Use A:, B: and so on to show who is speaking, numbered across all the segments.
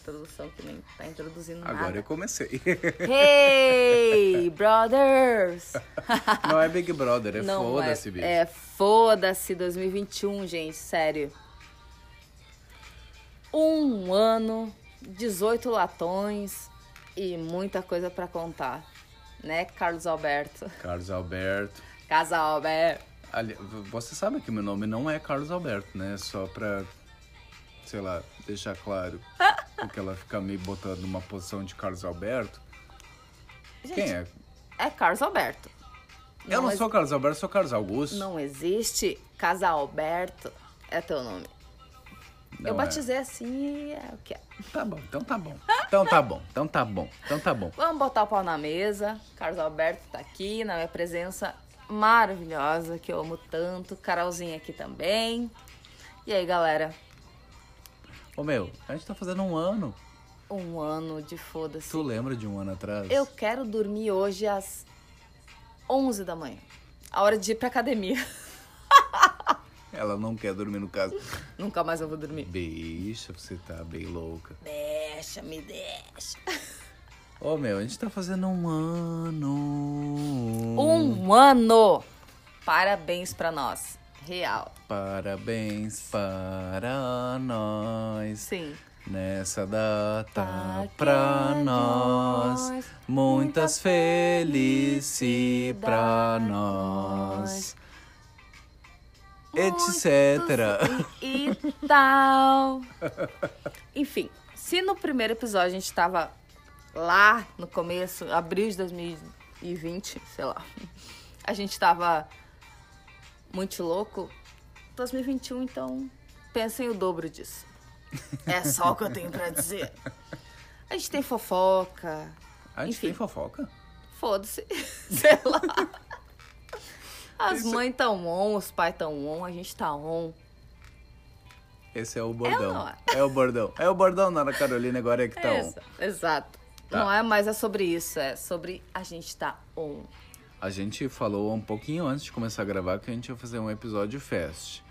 A: introdução que nem tá introduzindo
B: Agora eu
A: nada.
B: comecei.
A: Hey, brothers!
B: Não é Big Brother, é
A: Não,
B: foda-se, bicho.
A: É, foda-se 2021, gente, sério. Um ano, 18 latões e muita coisa pra contar. Né, Carlos Alberto?
B: Carlos Alberto.
A: Casa Alberto.
B: Ali- v- Você sabe que meu nome não é Carlos Alberto, né? Só pra, sei lá, deixar claro. Porque ela fica me botando numa posição de Carlos Alberto.
A: Gente,
B: Quem é?
A: É Carlos Alberto.
B: Eu não
A: ex-
B: sou Carlos Alberto, sou Carlos Augusto.
A: Não existe Casa Alberto. É teu nome.
B: Não
A: eu
B: é.
A: batizei assim, é o que é.
B: Tá bom, então tá bom. Então tá bom, então tá bom, então tá bom.
A: Vamos botar o pau na mesa. Carlos Alberto tá aqui, na minha presença maravilhosa, que eu amo tanto. Carolzinha aqui também. E aí, galera?
B: Ô meu, a gente tá fazendo um ano.
A: Um ano de foda-se.
B: Tu lembra de um ano atrás?
A: Eu quero dormir hoje às 11 da manhã. A hora de ir pra academia.
B: Ela não quer dormir no caso.
A: Nunca mais eu vou dormir.
B: Bicha, você tá bem louca.
A: Deixa, me deixa.
B: Ô meu, a gente tá fazendo um ano.
A: Um ano! Parabéns pra nós. Real.
B: Parabéns para nós.
A: Sim.
B: Nessa data
A: Pra
B: Tá pra
A: que
B: nós.
A: Tá é nós?
B: Muitas felicidades pra
A: felicidades.
B: nós.
A: Muitos
B: Etc.
A: E e tal. Enfim, se no primeiro episódio a gente tava lá no começo, abril de 2020, sei lá, a gente tava muito louco, 2021, então pensem o dobro disso. É só o que eu tenho pra dizer. A gente tem fofoca.
B: A gente
A: Enfim.
B: tem fofoca?
A: Foda-se. Sei lá. As mães tão on, os pais tão on, a gente tá on.
B: Esse é o
A: É ou
B: bordão.
A: não é?
B: É o bordão. É o bordão na Ana Carolina, agora é que tá
A: É
B: on.
A: isso, Exato.
B: Tá.
A: Não é mais é sobre isso, é sobre a gente tá on.
B: A gente falou um pouquinho antes de começar a gravar que a gente ia fazer um episódio fast.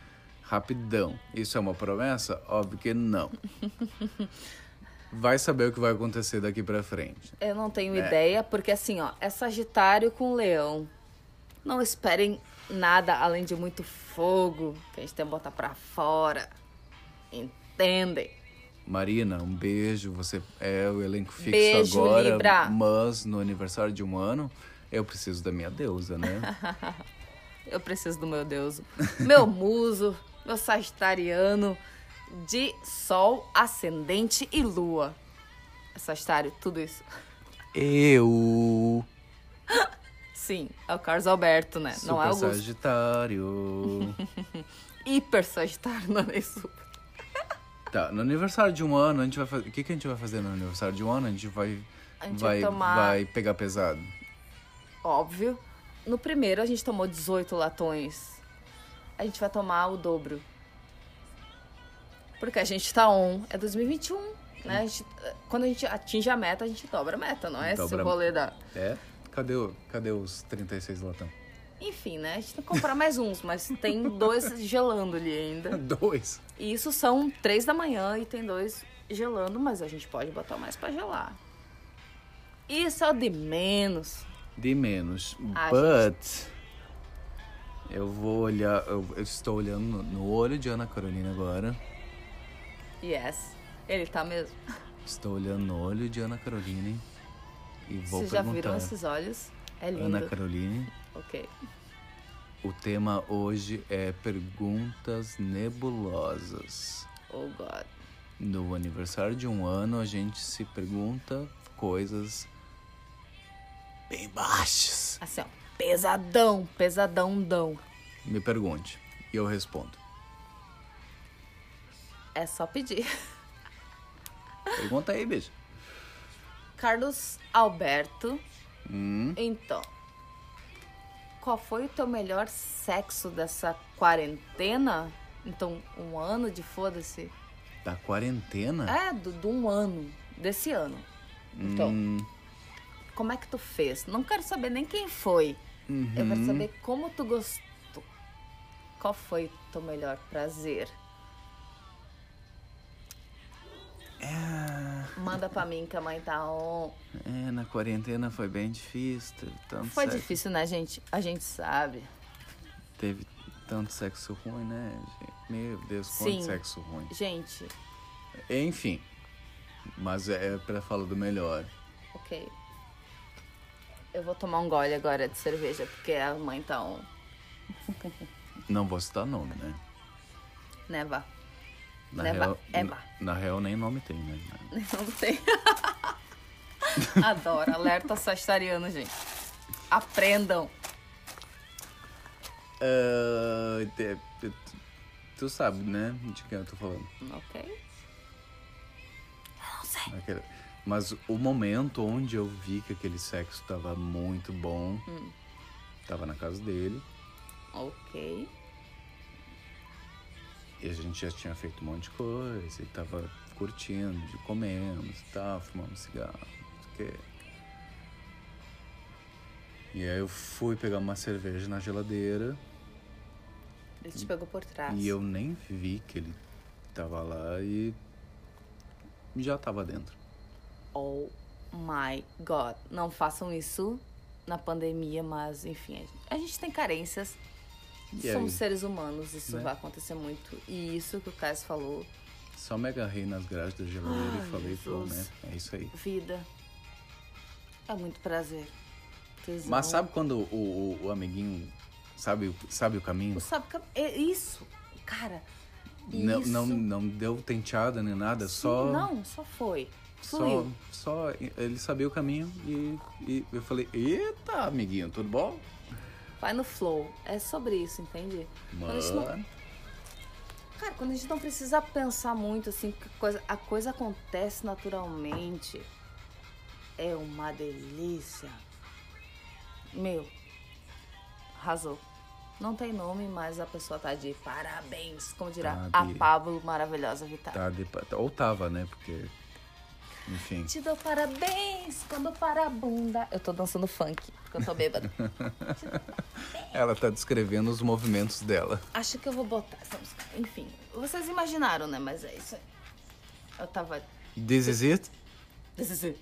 B: Rapidão. Isso é uma promessa? Óbvio que não. Vai saber o que vai acontecer daqui pra frente.
A: Eu não tenho
B: É.
A: ideia, porque assim, ó, é Sagitário com Leão. Não esperem nada além de muito fogo, que a gente tem que botar pra fora. Entendem?
B: Marina, um beijo. Você é o elenco fixo
A: Beijo,
B: agora.
A: Libra.
B: Mas no aniversário de um ano, eu preciso da minha deusa, né?
A: Eu preciso do meu Deus, meu muso, meu sagitariano de sol, ascendente e lua. É Sagitário, tudo isso.
B: eu.
A: Sim, é o Carlos Alberto, né?
B: Super
A: Não é o Augusto.
B: Sagitário.
A: Hiper Sagitário, não é nem super.
B: Tá, no aniversário de um ano, a gente vai fazer. O que, que a gente vai fazer no aniversário de um ano? A gente vai.
A: A gente
B: vai,
A: vai tomar-
B: vai pegar pesado.
A: Óbvio. No primeiro a gente tomou 18 latões. A gente vai tomar o dobro. Porque a gente tá on. É 2021, né? A gente- quando a gente atinge a meta, a gente dobra a meta, não é
B: Dobra
A: esse
B: a-
A: rolê da...
B: É? Cadê, o- cadê os 36 latão?
A: Enfim, né? A gente tem que comprar mais uns, mas tem dois gelando ali ainda.
B: Dois?
A: E isso são três da manhã e tem dois gelando, mas a gente pode botar mais pra gelar. Isso é o de menos.
B: De menos.
A: Ah,
B: But. Eu vou olhar. Eu, eu estou olhando no, no olho de Ana Carolina agora.
A: Yes. Ele tá mesmo.
B: Estou olhando no olho de Ana Carolina. E vou
A: Vocês já
B: perguntar.
A: viram esses olhos? É lindo.
B: Ana Carolina.
A: Ok.
B: O tema hoje é perguntas nebulosas.
A: Oh, God.
B: No aniversário de um ano, a gente se pergunta coisas bem baixas.
A: Assim, ó. Pesadão, pesadão, dão.
B: Me pergunte e eu respondo.
A: É só pedir.
B: Pergunta aí, bicho.
A: Carlos Alberto,
B: Hum,
A: Então, qual foi o teu melhor sexo dessa quarentena? Então, um ano de foda-se?
B: da quarentena?
A: É, do, do um ano, desse ano. Então, como é que tu fez? Não quero saber nem quem foi. Eu quero saber como tu gostou. Qual foi o teu melhor prazer? Manda pra mim que a mãe tá on.
B: É, na quarentena foi bem difícil. Teve tanto
A: Foi
B: sexo.
A: difícil, né, gente? A gente sabe.
B: Teve tanto sexo ruim, né? gente? Meu Deus, quanto
A: Sim.
B: sexo ruim.
A: Gente,
B: Enfim. Mas é é pra falar do melhor.
A: ok. Eu vou tomar um gole agora de cerveja, porque a mãe tá on.
B: Não vou citar nome, né?
A: Né, Vá?
B: Na
A: Leva-
B: real,
A: Eva.
B: Na, na real, nem nome tem, né?
A: Não tem. Adoro. Alerta sagitariano, gente. Aprendam.
B: Ah, te- te- tu, tu sabe, né? De quem eu tô falando.
A: Ok? Eu não sei.
B: Aquele- Mas o momento onde eu vi que aquele sexo tava muito bom, tava na casa dele,
A: Ok.
B: e a gente já tinha feito um monte de coisa, e tava curtindo, de comemos e tal, fumamos cigarro, não sei o quê. E aí eu fui pegar uma cerveja na geladeira,
A: Ele te pegou por trás.
B: E eu nem vi que ele tava lá e já tava dentro.
A: Oh my god. Não façam isso na pandemia, mas enfim, a gente, a gente tem carências.
B: E
A: Somos
B: aí?
A: seres humanos, isso
B: Né?
A: vai acontecer muito. E isso que o Caio falou,
B: Só me agarrei nas grades da geladeira
A: Ai,
B: e falei, pô, né?
A: Jesus.
B: É isso aí.
A: vida. É muito prazer. Tesão.
B: Mas sabe quando o, o- o amiguinho sabe, o- sabe o caminho?
A: O sabe que- é isso, cara.
B: Não,
A: isso.
B: não, não deu tenteada nem nada, É só,
A: Hum, Não, só foi.
B: só.
A: Fluiu.
B: Só ele sabia o caminho e, e eu falei, eita, amiguinho, tudo bom?
A: Vai no flow. É sobre isso, entende? Quando a gente assim, não-
B: Mano.
A: Cara, quando a gente não precisa pensar muito, assim, que coisa- a coisa acontece naturalmente. É uma delícia. Meu, arrasou. Não tem nome, mas a pessoa tá de parabéns, como dirá
B: Tá
A: a
B: de-
A: Pablo maravilhosa Vittar.
B: Tá de pa- Ou tava, né? Porque. Enfim.
A: Te dou parabéns quando para a bunda. Eu tô dançando funk, porque eu tô bêbada.
B: Ela tá descrevendo os movimentos dela.
A: Acho que eu vou botar essa música. Enfim, vocês imaginaram, né? Mas é isso aí. Eu tava.
B: This is it?
A: This is it.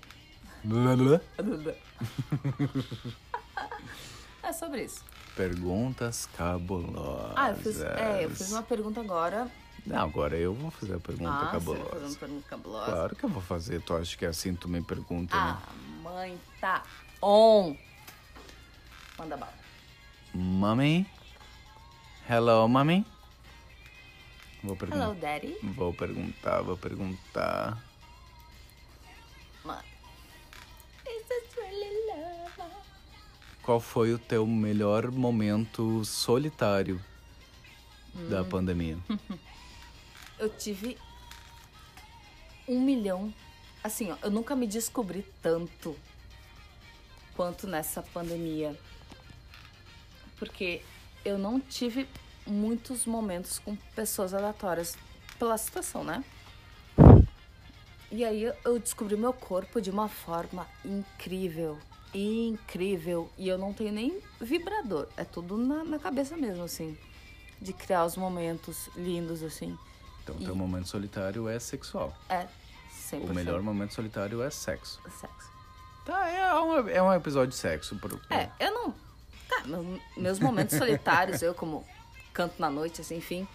A: É sobre isso.
B: Perguntas cabulosas.
A: Ah, eu fiz, é, eu fiz uma pergunta agora.
B: Não, agora eu vou fazer a pergunta
A: Ah, você vai fazer uma
B: cabulosa.
A: pergunta cabulosa.
B: Claro que eu vou fazer. Tu acha que é assim que tu me pergunta, né?
A: A mãe tá on. Manda bala.
B: Mommy? Hello, mommy? Vou perguntar.
A: Hello, daddy.
B: Vou perguntar, vou perguntar.
A: Mano. Is this really love?
B: Qual foi o teu melhor momento solitário da
A: Hum.
B: pandemia?
A: eu tive um milhão. Assim, ó, eu nunca me descobri tanto quanto nessa pandemia. Porque eu não tive muitos momentos com pessoas aleatórias pela situação, né? E aí eu- eu descobri meu corpo de uma forma incrível. Incrível. E eu não tenho nem vibrador. É tudo na, na cabeça mesmo, assim. De criar os momentos lindos, assim.
B: Então, teu momento solitário é sexual.
A: É, 100%.
B: O melhor momento solitário é sexo.
A: Sexo.
B: Tá, é um, é um episódio de sexo. Pro,
A: É, eu não. Tá, meu- meus momentos solitários, eu como canto na noite, assim, enfim.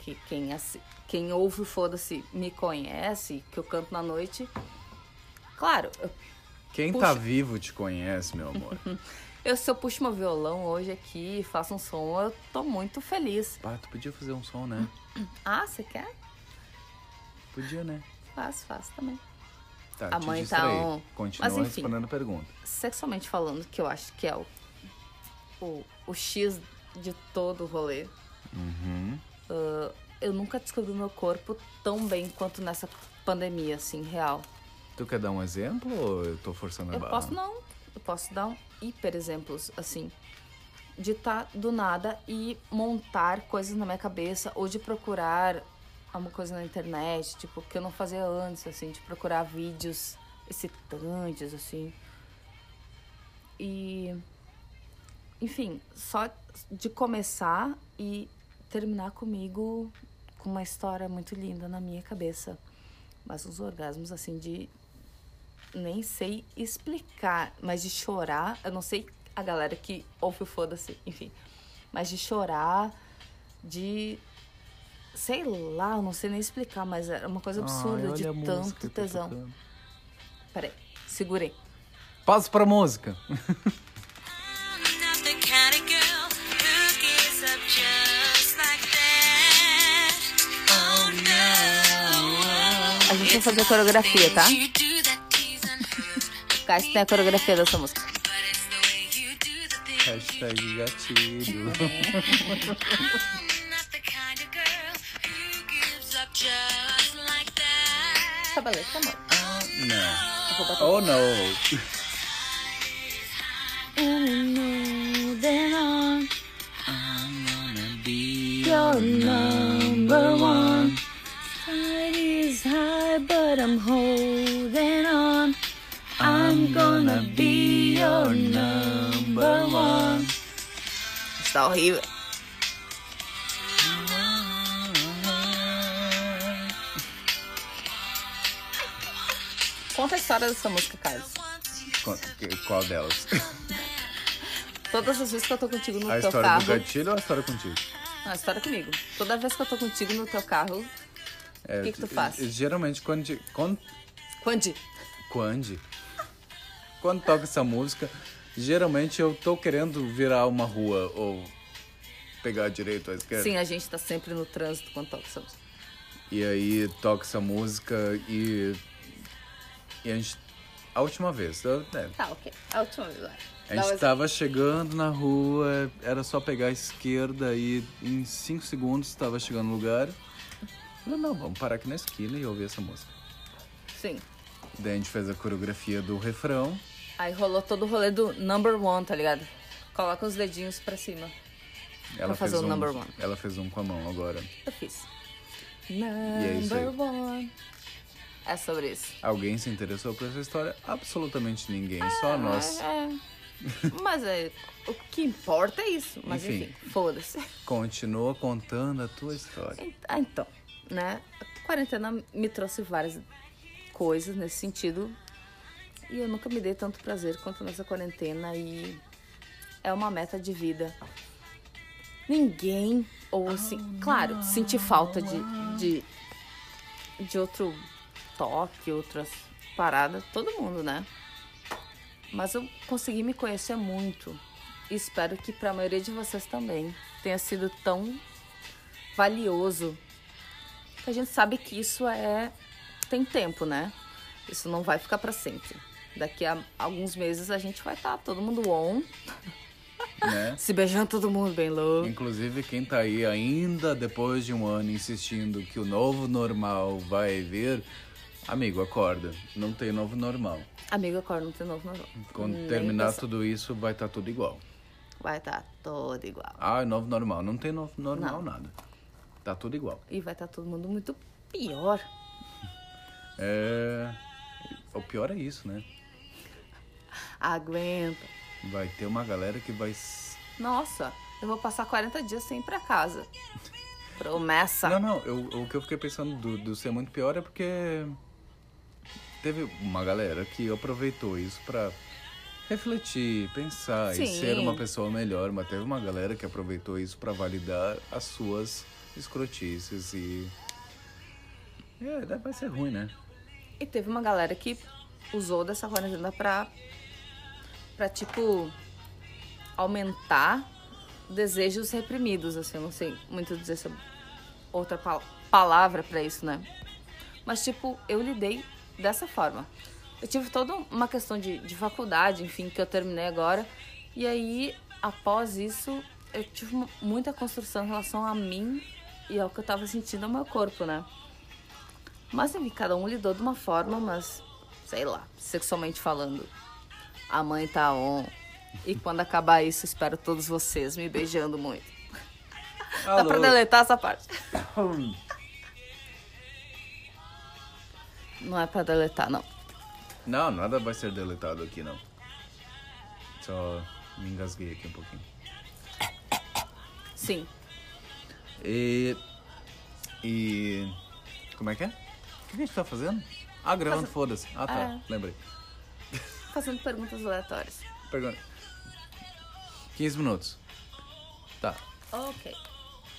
A: Que quem, assi- quem ouve o foda-se me conhece, que eu canto na noite. Claro, eu,
B: Quem
A: Puxa.
B: tá vivo te conhece, meu amor.
A: eu- se eu puxo meu violão hoje aqui e faço um som, eu tô muito feliz.
B: Pá, tu podia fazer um som, né?
A: Ah, você quer?
B: Podia, né?
A: Faço, faço também.
B: Tá,
A: A
B: te
A: mãe tá
B: distraí.
A: on.
B: Continua
A: Mas, enfim.
B: respondendo a pergunta.
A: sexualmente falando, que eu acho que é o, o, o X de todo o rolê. Ah, eu nunca descobri meu corpo tão bem quanto nessa pandemia, assim, real.
B: Tu quer dar um exemplo ou eu tô forçando a
A: Eu
B: barra?
A: posso não, eu posso dar um hiper exemplos, assim, de estar do nada e montar coisas na minha cabeça ou de procurar alguma coisa na internet, tipo, que eu não fazia antes, assim, de procurar vídeos excitantes, assim. E. Enfim, só de começar e terminar comigo com uma história muito linda na minha cabeça. Mas uns orgasmos assim de. Nem sei explicar, mas de chorar. Eu não sei a galera que ouve o foda-se, enfim. Mas de chorar, de. Sei lá, eu não sei nem explicar, mas era uma coisa absurda
C: Ai,
A: de
C: olha a música que
A: tanto
C: tá
A: tesão.
C: tocando.
A: Peraí, segurei.
C: Passo pra música.
D: I'm not the kind of girl who gives up just like that. Oh no.
A: A gente vai fazer coreografia, tá?
D: You do that is unheard,
A: Cássio tem a coreografia dessa música.
D: but it's the way you do the things.
B: Hashtag gatilho.
D: I'm not the kind of girl who gives up just like that.
A: Tá beleza, tá bom.
B: Não. Oh, não. I'm gonna be your number one. I'm gonna be your number one.
A: Está horrível. Conta a história dessa música, Carlos.
B: Qual, que- qual delas?
A: Todas as vezes que eu tô contigo no
B: A
A: teu
B: história
A: carro.
B: do gatilho ou a história contigo?
A: Não, a história comigo. Toda vez que eu tô contigo no teu carro.
B: É,
A: Que que tu faz?
B: e- Geralmente, quando, te- quando,
A: Quando?
B: quando, quando toca essa música, geralmente eu tô querendo virar uma rua ou pegar a direita ou a esquerda.
A: Sim, a gente tá sempre no trânsito quando tá toca essa música.
B: E aí toca essa música e. E a gente. A última vez. eu- é,
A: Tá, ok. A última vez, vai.
B: a
A: Dá um
B: gente
A: exemplo.
B: tava chegando na rua, era só pegar a esquerda e em 5 segundos tava chegando no lugar. Falei, não, vamos parar aqui na esquina e ouvir essa música. tá-
A: Sim.
B: Daí a gente fez a coreografia do refrão.
A: Aí rolou todo o rolê do number one, tá ligado? Coloca os dedinhos pra cima.
B: Ela
A: fazer
B: fez
A: o
B: um,
A: number one.
B: Ela fez um com a mão agora.
A: Eu fiz.
B: é isso aí.
A: Number one. É sobre isso.
B: Alguém se interessou por essa história? Absolutamente ninguém, só nós.
A: É. Mas é. O que importa é isso. Mas enfim,
B: Enfim.
A: foda-se.
B: Continua contando a tua história.
A: Ah, então, né? A quarentena me trouxe várias coisas nesse sentido. E eu nunca me dei tanto prazer quanto nessa quarentena. E é uma meta de vida. Ninguém, ou assim, claro, senti falta de, de, de outro toque, outras paradas. Todo mundo, né? Mas eu consegui me conhecer muito. E espero que para a maioria de vocês também tenha sido tão valioso. Porque a gente sabe que isso é tem tempo, né? Isso não vai ficar para sempre. Daqui a alguns meses a gente vai estar todo mundo on,
B: Né?
A: se beijando todo mundo bem louco.
B: Inclusive, quem tá aí ainda depois de um ano insistindo que o novo normal vai vir, amigo, acorda. Não tem novo normal.
A: Amigo, acorda, não tem novo normal.
B: Quando
A: Nem
B: terminar
A: pensar.
B: tudo isso, vai estar tudo igual.
A: Vai estar todo igual.
B: Ah, novo normal. Não tem novo normal,
A: Não.
B: nada. Tá tudo igual.
A: E vai estar todo mundo muito pior.
B: É. O pior é isso, né?
A: Aguenta.
B: Vai ter uma galera que vai. s-
A: Nossa, eu vou passar 40 dias sem ir pra casa. Promessa.
B: Não, não, eu- o que eu fiquei pensando do, do ser muito pior é porque. Teve uma galera que aproveitou isso pra refletir, pensar e
A: Sim.
B: ser uma pessoa melhor, mas teve uma galera que aproveitou isso pra validar as suas escrotices e. É, dá- vai ser ruim, né?
A: E teve uma galera que usou dessa quarentena pra, pra tipo, aumentar desejos reprimidos, assim, eu não sei muito dizer sobre outra pal- palavra pra isso, né? Mas, tipo, eu lidei dessa forma. Eu tive toda uma questão de, de faculdade, enfim, que eu terminei agora. E aí, após isso, eu tive mu- muita construção em relação a mim e ao que eu tava sentindo ao meu corpo, né? Mas enfim, cada um lidou de uma forma, mas sei lá, sexualmente falando. A mãe tá on. E quando acabar isso, espero todos vocês me beijando muito. Dá pra
B: Alô?
A: deletar essa parte? Não é pra deletar, não.
B: Não, nada vai ser deletado aqui, não. Só me engasguei aqui um pouquinho.
A: Sim.
B: E. E. Como é que é?
C: que a gente tá fazendo? Ah, gravando, foda-se. Ah, tá.
A: Ah.
C: Lembrei.
A: Fazendo perguntas aleatórias.
C: Pergunta. 15 minutos. Tá.
A: Ok.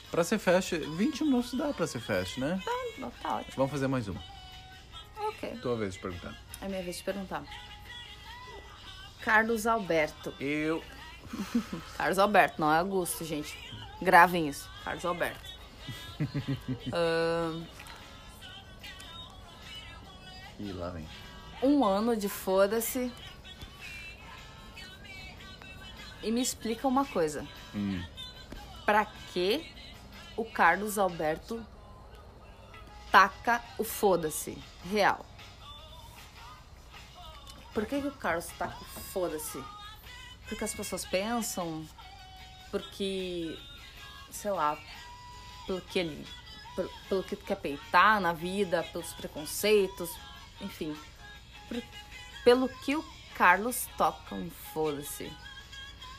C: Pra ser fast, 20 minutos dá pra ser fast, né?
A: Não, tá ótimo.
C: Vamos fazer mais uma.
A: Ok.
B: Tua vez de perguntar.
A: É minha vez de perguntar. Carlos Alberto.
B: Eu.
A: Carlos Alberto, não é Augusto, gente. Gravem isso. Carlos Alberto.
B: E lá vem.
A: um ano de foda-se. E me explica uma coisa. Pra que o Carlos Alberto taca o foda-se real? Por que, que o Carlos taca o foda-se? Porque as pessoas pensam? Porque, sei lá, pelo que ele. Pelo, pelo que tu quer peitar na vida, pelos preconceitos, enfim por- pelo que o Carlos toca um foda-se.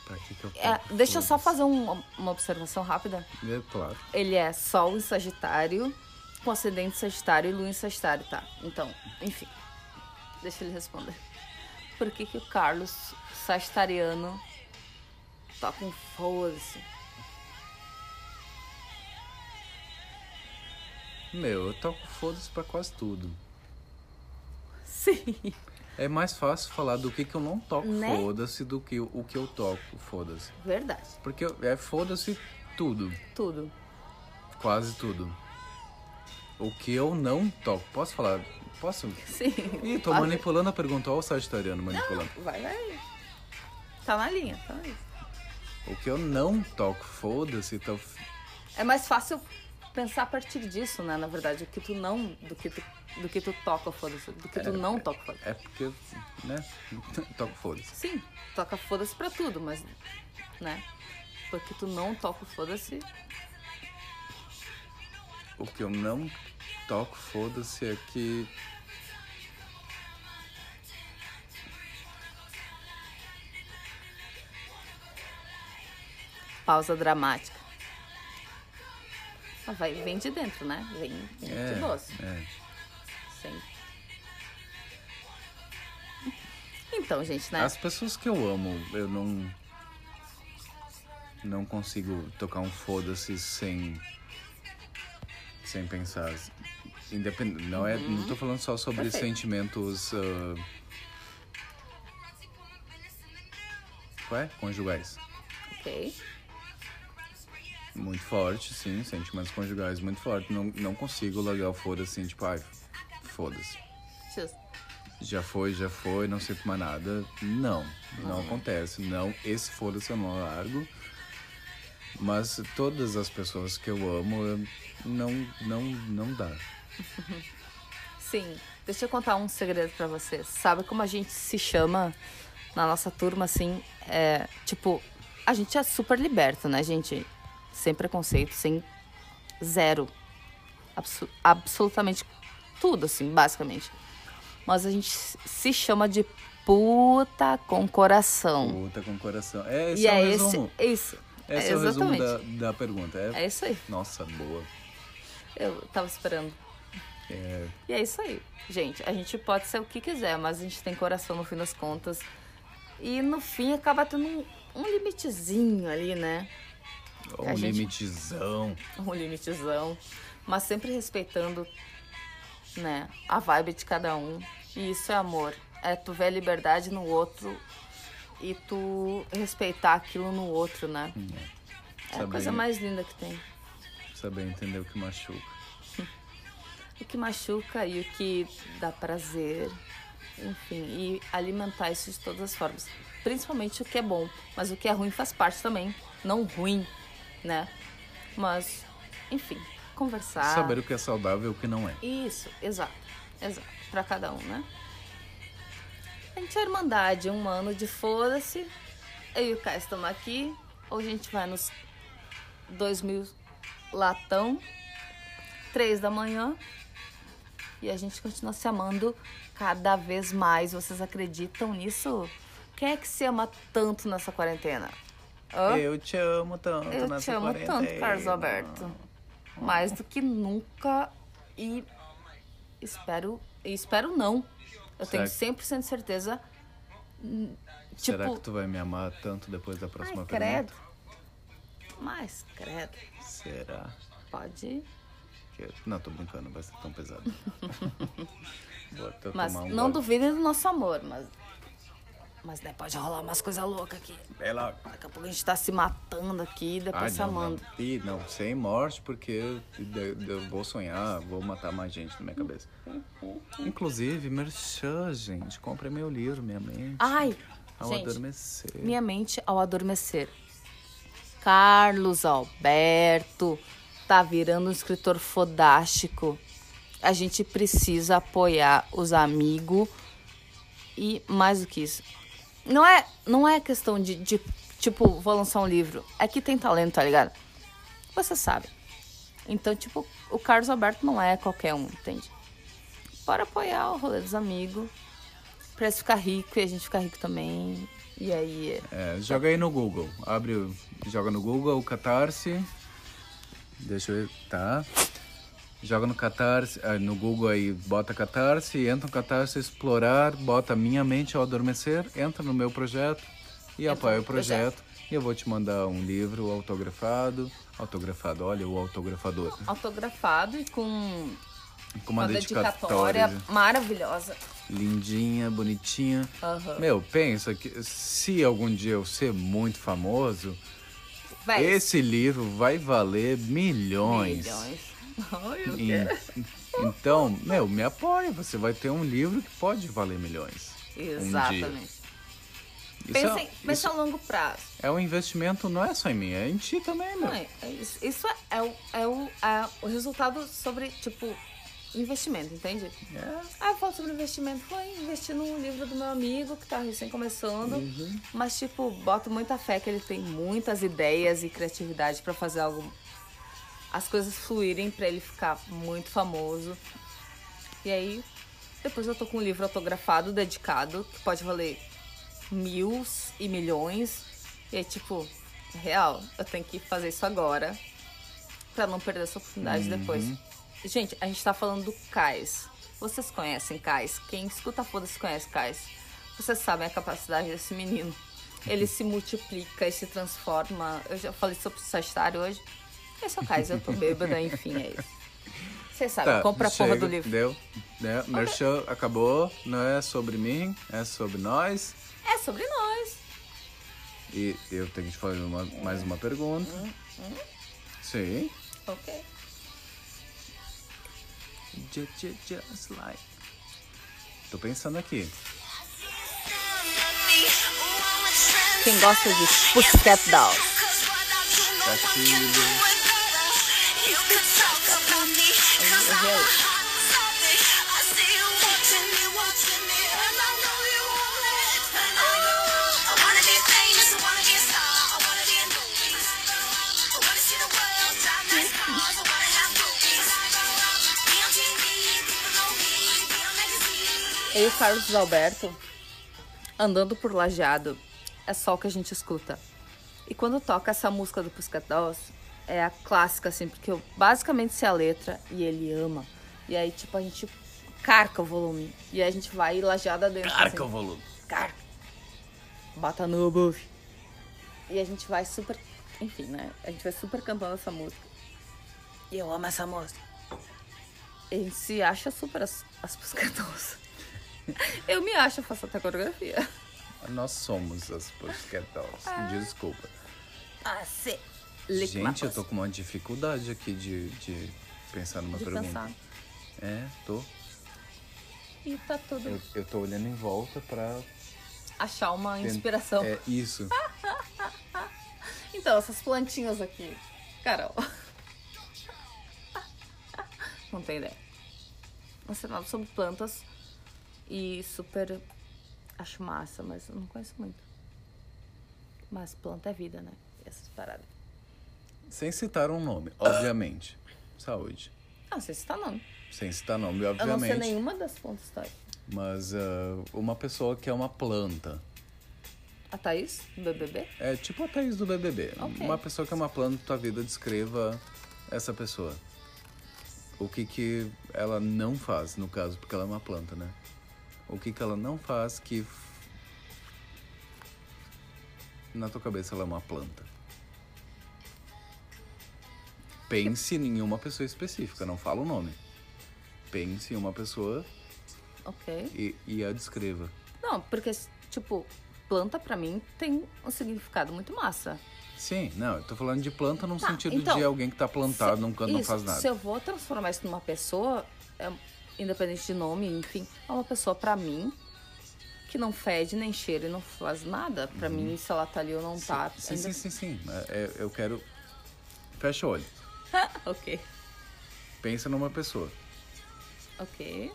B: Pra que que eu
A: É,
B: toco?
A: deixa eu só
B: Foda-se.
A: fazer um- uma observação rápida.
B: É, claro.
A: Ele é Sol em Sagitário, com acidente em Sagitário e Lua em Sagitário, tá? Então, enfim. Deixa ele responder. Por que, que o Carlos Sagitariano toca um foda-se?
B: Meu, eu toco foda-se pra quase tudo.
A: Sim.
B: É mais fácil falar do que, que eu não toco,
A: Né?
B: foda-se, do que o que eu toco, foda-se.
A: Verdade.
B: Porque eu- é foda-se tudo,
A: Tudo.
B: quase tudo. O que eu não toco. Posso falar? Posso?
A: Sim.
B: Ih, tô
A: Pode-
B: manipulando a pergunta. Olha o Sagitariano manipulando.
A: Vai, vai. Tá na linha, tá na linha.
B: O que eu não toco, foda-se, então.
A: É mais fácil pensar a partir disso, né? Na verdade, o que tu não. Do que tu, do que tu toca, foda-se. Do que tu não toca, foda-se.
B: É porque, né? toco foda-se.
A: Sim, toca foda-se pra tudo, mas. Né? Porque tu não toca o foda-se.
B: O que eu não toco, foda-se, é que.
A: Pausa dramática. Ah, vai, vem de dentro, né? Vem, vem
B: É,
A: de doce.
B: é.
A: Sim. Então, gente, né?
B: As pessoas que eu amo, eu não. Não consigo tocar um foda-se sem. Sem pensar. assim. Independ... Não, é, não tô falando só sobre
A: Perfeito.
B: sentimentos. ah, qual é? Conjugais.
A: Ok.
B: Muito forte, sim. Sentimentos conjugais muito forte. Não, não consigo largar o foda-se, tipo, ai, foda-se.
A: Just-
B: Já foi, já foi, não sinto mais nada. Não, não acontece. Não, esse foda-se eu não largo. Mas todas as pessoas que eu amo, eu- não, não, não dá.
A: Sim. Deixa eu contar um segredo pra vocês. Sabe como a gente se chama na nossa turma, assim? É, tipo, a gente é super liberto, né, gente? Sem preconceito, sem zero. Absu- absolutamente tudo, assim, basicamente. Mas a gente se chama de puta com coração.
B: Puta com coração. É, esse
A: e
B: é,
A: é
B: o
A: esse,
B: resumo.
A: é isso.
B: Esse é,
A: é
B: o resumo
A: exatamente.
B: da, da pergunta. É,
A: É isso aí.
B: Nossa, boa.
A: Eu tava esperando.
B: É,
A: E é isso aí. Gente, a gente pode ser o que quiser, mas a gente tem coração no fim das contas. E no fim acaba tendo um, um limitezinho ali, né?
B: um
A: A gente-
B: limitezão.
A: Um limitezão. Mas sempre respeitando, né, a vibe de cada um. E isso é amor. É tu ver a liberdade no outro e tu respeitar aquilo no outro, né? É a
B: Saber-
A: coisa mais linda que tem.
B: Saber entender o que machuca.
A: o que machuca e o que dá prazer. Enfim, e alimentar isso de todas as formas. Principalmente o que é bom, mas o que é ruim faz parte também. Não ruim, né? Mas, enfim, conversar.
B: Saber o que é saudável e o que não é.
A: Isso, exato. Exato. Pra cada um, né? A gente é Irmandade, um ano de foda-se. Eu e o Caio estamos aqui. Hoje a gente vai nos 2 mil latão, 3 da manhã. E a gente continua se amando cada vez mais. Vocês acreditam nisso? Quem é que se ama tanto nessa quarentena? Hã?
C: Eu te amo tanto
A: Eu te amo
B: um.
A: tanto, Carlos Alberto. Mais do que nunca. E espero. e Espero não. Eu
B: Será
A: tenho
B: que-
A: 100% de certeza. hum,
B: Será
A: tipo,
B: que tu vai me amar tanto depois da próxima
A: ai,
B: pergunta?
A: credo. Mas, credo.
B: Será?
A: Pode.
B: que eu- Não, tô brincando, não vai ser tão pesado. Vou até
A: Mas
B: tomar um
A: não
B: gole.
A: duvidem do nosso amor, mas. Mas né, pode rolar umas coisas loucas aqui.
B: É logo.
A: Daqui a pouco a gente tá se matando aqui e
B: Ah,
A: depois se
B: não, não.
A: amando.
B: E não, sem morte, porque eu, eu- eu vou sonhar, vou matar mais gente na minha cabeça. Inclusive, merchan, gente, compra meu livro, minha mente.
A: Ai,
B: ao
A: gente,
B: adormecer.
A: Minha Mente ao Adormecer. Carlos Alberto tá virando um escritor fodástico. A gente precisa apoiar os amigos e mais do que isso. Não é, não é questão de, de, tipo, vou lançar um livro. É que tem talento, tá ligado? Você sabe. Então, tipo, o Carlos Alberto não é qualquer um, entende? Bora apoiar o rolê dos amigos. Pra eles ficar rico e a gente ficar rico também. E aí.
B: É, joga aí no Google. Abre, o- joga no Google Catarse. Deixa eu ver, tá? Joga no Catarse, ah, no Google aí, bota Catarse, entra no Catarse Explorar, bota Minha Mente ao Adormecer, entra no meu projeto e apoia o projeto. E eu vou te mandar um livro autografado. Autografado, olha o autografador.
A: Autografado e com uma,
B: Com uma,
A: dedicatória,
B: dedicatória
A: maravilhosa.
B: lindinha, bonitinha.
A: Aham.
B: Meu, pensa que se algum dia eu ser muito famoso,
A: Vai.
B: Esse livro vai valer milhões.
A: Milhões. Ai, eu
B: Em-
A: quero.
B: Então, meu, me apoia. Você vai ter um livro que pode valer milhões. um dia.
A: Exatamente.
B: Isso,
A: pensa, em-
B: é,
A: pensa
B: isso
A: a longo prazo.
B: é um investimento, não é só em mim, é em ti também, meu.
A: Não, é- é isso isso é, o, é, o, é o resultado sobre, tipo, investimento, entende? Ah, eu falo sobre investimento. Foi investir num livro do meu amigo que tá recém começando. Mas, tipo, boto muita fé que ele tem muitas ideias e criatividade pra fazer algo. As coisas fluírem pra ele ficar muito famoso. E aí, depois eu tô com um livro autografado, dedicado, que pode valer mil e milhões. E aí, tipo, é real, eu tenho que fazer isso agora pra não perder essa oportunidade
B: Uhum.
A: depois. Gente, a gente tá falando do cais. Vocês conhecem cais? Quem escuta foda-se conhece cais. Vocês sabem a capacidade desse menino. Ele se multiplica e se transforma. Eu já falei sobre o Sagitário hoje. Esse é o cais, eu tô bêbada, enfim, é isso. Vocês sabem,
B: Tá,
A: compra a porra
B: chega,
A: do livro.
B: Deu. Né? Merchan acabou, não é sobre mim, é sobre nós.
A: É sobre nós.
B: E eu tenho que te fazer uma- mais uma pergunta. Sim.
A: Ok.
B: Ju- ju- Just like. Tô pensando aqui.
A: Quem gosta de Pussycat Dolls? Eu e o Carlos Alberto andando por lajeado. É só o que a gente escuta. E quando toca essa música do Pussycat Dolls, é a clássica, assim, porque eu basicamente sei a letra e ele ama. E aí, tipo, a gente carca o volume. E aí a gente vai lajeada dentro. assim.
B: volume.
A: Cara, bota no buff. E a gente vai super. Enfim, né? A gente vai super cantando essa música. E eu amo essa música. E a gente se acha super as, as buscadores. Eu me acho, eu faço até coreografia.
B: Ah, Nós somos as Pussycat Dolls. Desculpa.
A: Ah, se.
B: Gente, eu tô com uma dificuldade aqui de, de pensar numa
A: De
B: pergunta.
A: pensar.
B: É, tô.
A: E tá tudo.
B: Eu, eu tô olhando em volta pra.
A: Achar uma
B: tent-
A: inspiração.
B: É isso.
A: Então, essas plantinhas aqui. Carol. Não tem ideia. Ensinado sobre plantas e super. Acho massa, mas eu não conheço muito. Mas planta é vida, né? Essas paradas.
B: Sem citar um nome, obviamente. Saúde.
A: Não sei se tá nome.
B: Sem citar nome,
A: Eu não sei
B: obviamente.
A: nenhuma das plantas, tá?
B: Mas ah, uma pessoa que é uma planta.
A: A Thaís, do BBB?
B: É tipo a Thaís do BBB.
A: Ok.
B: Uma pessoa que é uma planta da tua vida, descreva essa pessoa. o que, que ela não faz, no caso, porque ela é uma planta, né? O que, que ela não faz que. f- Na tua cabeça ela é uma planta. Pense em uma pessoa específica, não fala o nome. Pense em uma pessoa
A: Ok.
B: e, e a descreva.
A: Não, porque, tipo, planta pra mim tem um significado muito massa.
B: Sim, não, eu tô falando de planta num
A: Tá,
B: sentido
A: então,
B: de alguém que tá plantado
A: Se-
B: num canto não
A: isso,
B: faz nada.
A: Se eu vou transformar isso numa pessoa, é, independente de nome, enfim, é uma pessoa pra mim que não fede, nem cheira e não faz nada. Pra mim, se ela tá ali ou não tá.
B: Uhum. Sim,
A: ainda-
B: sim, sim, sim. É, é, eu quero. Fecha o olho.
A: Ok,
B: Pensa numa pessoa.
A: ok.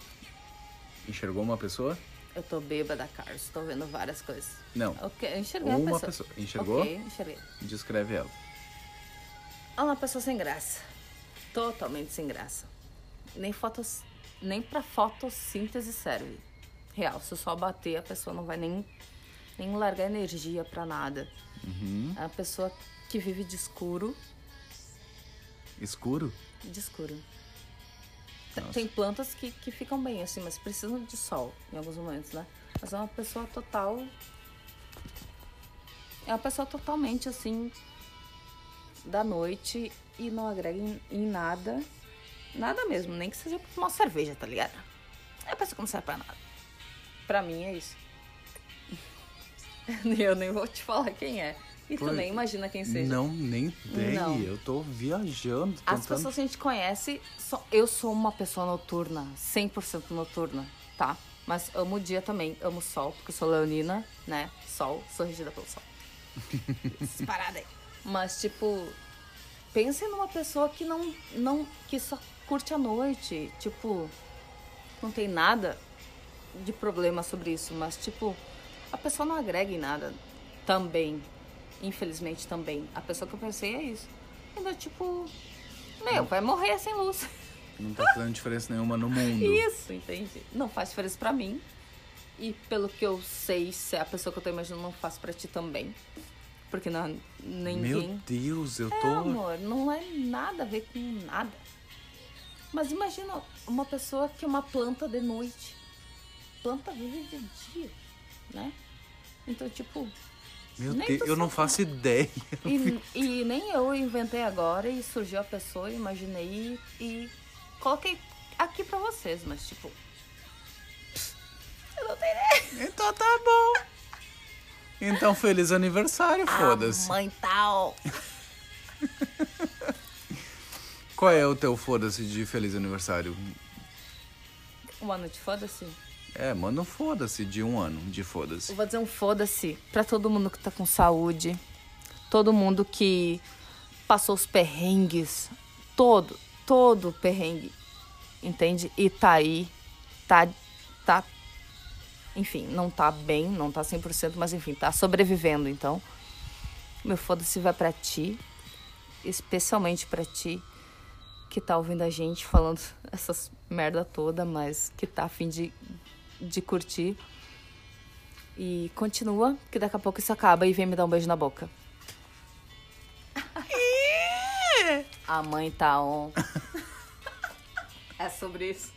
B: Enxergou uma pessoa?
A: Eu tô bêbada, Carlos, tô vendo várias coisas.
B: Não.
A: Ok, eu enxerguei
B: Uma
A: a pessoa.
B: pessoa. Enxergou?
A: Ok, enxerguei.
B: Descreve ela.
A: É uma pessoa sem graça. Totalmente sem graça. Nem fotos, nem pra fotossíntese serve. Real, se eu só bater, a pessoa não vai nem, nem largar energia pra nada. É uma pessoa que vive de escuro.
B: Escuro?
A: De escuro. T- Tem plantas que, que ficam bem assim, mas precisam de sol em alguns momentos, né? Mas é uma pessoa total. É uma pessoa totalmente assim. da noite e não agrega em, em nada. Nada mesmo, nem que seja pra tomar uma cerveja, tá ligado? É uma pessoa que não serve pra nada. Pra mim é isso. Eu nem vou te falar quem é. E tu
B: Pois-
A: nem imagina quem seja.
B: Não, nem ideia.
A: Não.
B: Eu tô viajando.
A: As
B: Tentando...
A: pessoas que a gente conhece, só- eu sou uma pessoa noturna, 100% noturna, tá? Mas amo o dia também, amo o sol, porque eu sou leonina, né? Sol, sou regida pelo sol. Essas paradas aí. Mas, tipo, pensem numa pessoa que não, não. que só curte a noite. Tipo, não tem nada de problema sobre isso, mas, tipo, a pessoa não agrega em nada também. Infelizmente também. A pessoa que eu pensei é isso. Ainda, tipo, meu, vai morrer sem luz.
B: Não tá fazendo diferença nenhuma no mundo.
A: Isso, entendi. Não faz diferença pra mim. E pelo que eu sei, se é a pessoa que eu tô imaginando não faz pra ti também. Porque não, é
B: Meu
A: ninguém.
B: Deus, eu
A: Não,
B: tô.
A: amor, não é nada a ver com nada. Mas imagina uma pessoa que é uma planta de noite. Planta vive de dia, né? Então, tipo,
B: Meu
A: Nem
B: Deus,
A: tô
B: eu não faço ideia.
A: e, e nem eu inventei agora e surgiu a pessoa, imaginei e, e coloquei aqui pra vocês, mas tipo. Eu não tenho ideia.
B: Então tá bom. Então, feliz aniversário, foda-se.
A: Ah, mãe tal.
B: Qual é o teu foda-se de feliz aniversário?
A: Uma noite, foda-se.
B: É, manda um foda-se de um ano de
A: Eu
B: foda-se.
A: vou dizer um foda-se pra todo mundo que tá com saúde, todo mundo que passou os perrengues, todo, todo o perrengue, entende? E tá aí, tá, tá, enfim, não tá bem, não tá 100%, mas enfim, tá sobrevivendo, então. Meu foda-se vai pra ti, especialmente pra ti que tá ouvindo a gente falando essas merda toda, mas que tá afim de, de curtir. E continua, que daqui a pouco isso acaba e vem me dar um beijo na boca. a mãe tá on. é sobre isso.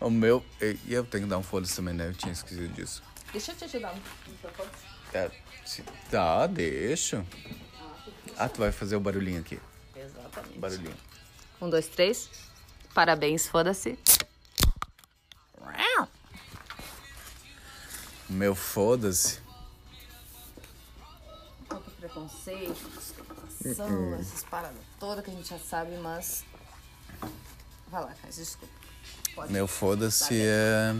B: O meu. E eu tenho que dar um foda-se também, né? Eu tinha esquecido disso.
A: Deixa eu te ajudar um no microfone.
B: Tá, se- tá, deixa. Ah, tu vai fazer o barulhinho aqui.
A: Exatamente.
B: Barulhinho.
A: Um, dois, três. Parabéns, foda-se.
B: Meu foda-se.
A: Contra preconceito, discriminação, essas paradas todas que a gente já sabe, mas. Vai lá, Cais, desculpa. Pode.
B: Meu foda-se é.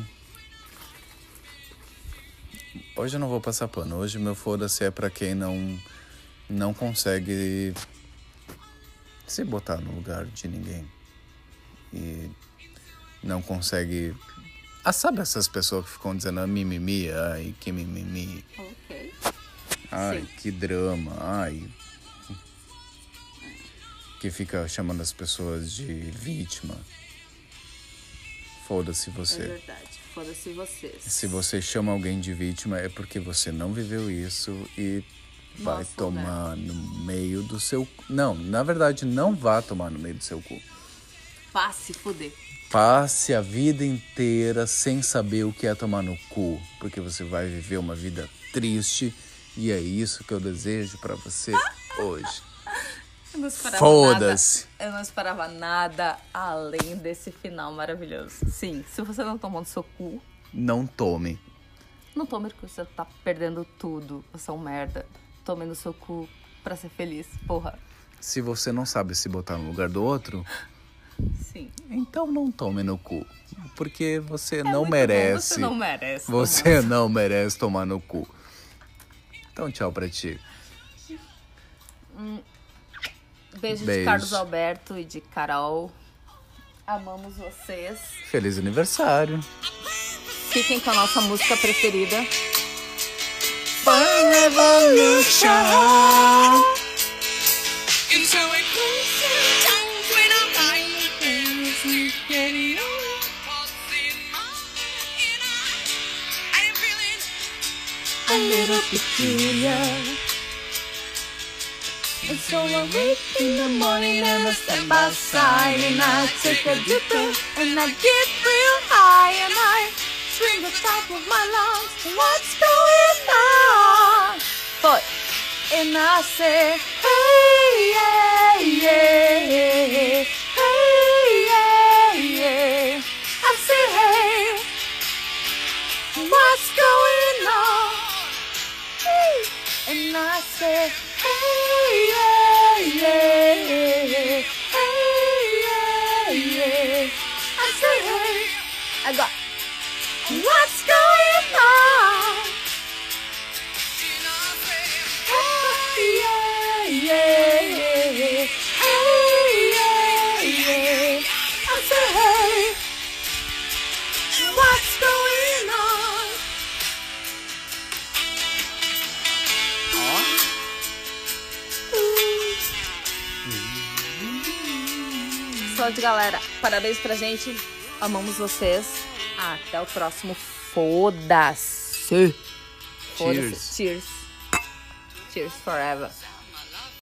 B: Hoje eu não vou passar pano. Hoje meu foda-se é pra quem não. Não consegue. Se botar no lugar de ninguém. E. Não consegue. Ah, sabe essas pessoas que ficam dizendo ah, mimimi, ai, que mimimi,
A: Ok.
B: ai,
A: Sim.
B: que drama, ai. Que fica chamando as pessoas de vítima. Foda-se
A: É
B: você.
A: verdade. Foda-se vocês.
B: Se você chama alguém de vítima é porque você não viveu isso e vai
A: Nossa, né?
B: tomar no meio do seu. Não, na verdade não vá tomar no meio do seu cu.
A: Pá, se fuder.
B: Passe a vida inteira sem saber o que é tomar no cu, porque você vai viver uma vida triste e é isso que eu desejo pra você hoje.
A: Eu não esperava
B: Foda-se.
A: nada- Eu não esperava nada além desse final maravilhoso. Sim, se você não tomou no seu cu,
B: Não tome.
A: não tome porque você tá perdendo tudo. Você é um merda. Tome no seu cu pra ser feliz, porra.
B: Se você não sabe se botar no lugar do outro,
A: Sim.
B: então não tome no cu, porque você
A: É
B: não
A: muito bom,
B: merece.
A: Você não merece.
B: Você não merece tomar no cu. Então tchau pra ti.
A: Beijo, de
B: Beijo.
A: Carlos Alberto e de Carol. Amamos vocês.
B: Feliz aniversário.
A: Fiquem com a nossa música preferida.
D: And so it goes sometimes when I'm lying with we get it on. Passing my and I, I am feeling a little peculiar. And so I wake in the morning and I stand by side and I take a deep breath and I get real high and I swing the top of my lungs. What's going on?
A: Foi. E nasce. Hey, yeah, yeah, yeah. Hey, yeah, yeah.
D: I say, hey, what's going on? Hey, and I say, hey, yeah, yeah, yeah, hey, yeah, yeah. I say, hey,
A: I got
D: what's going on? And I say, hey, yeah, yeah, yeah, hey, yeah, yeah. I say, hey. What's going on?
A: Saúde, Hum. galera. Parabéns pra gente. Amamos vocês. Até o próximo. Foda-se. Foda-se. Cheers. Cheers forever.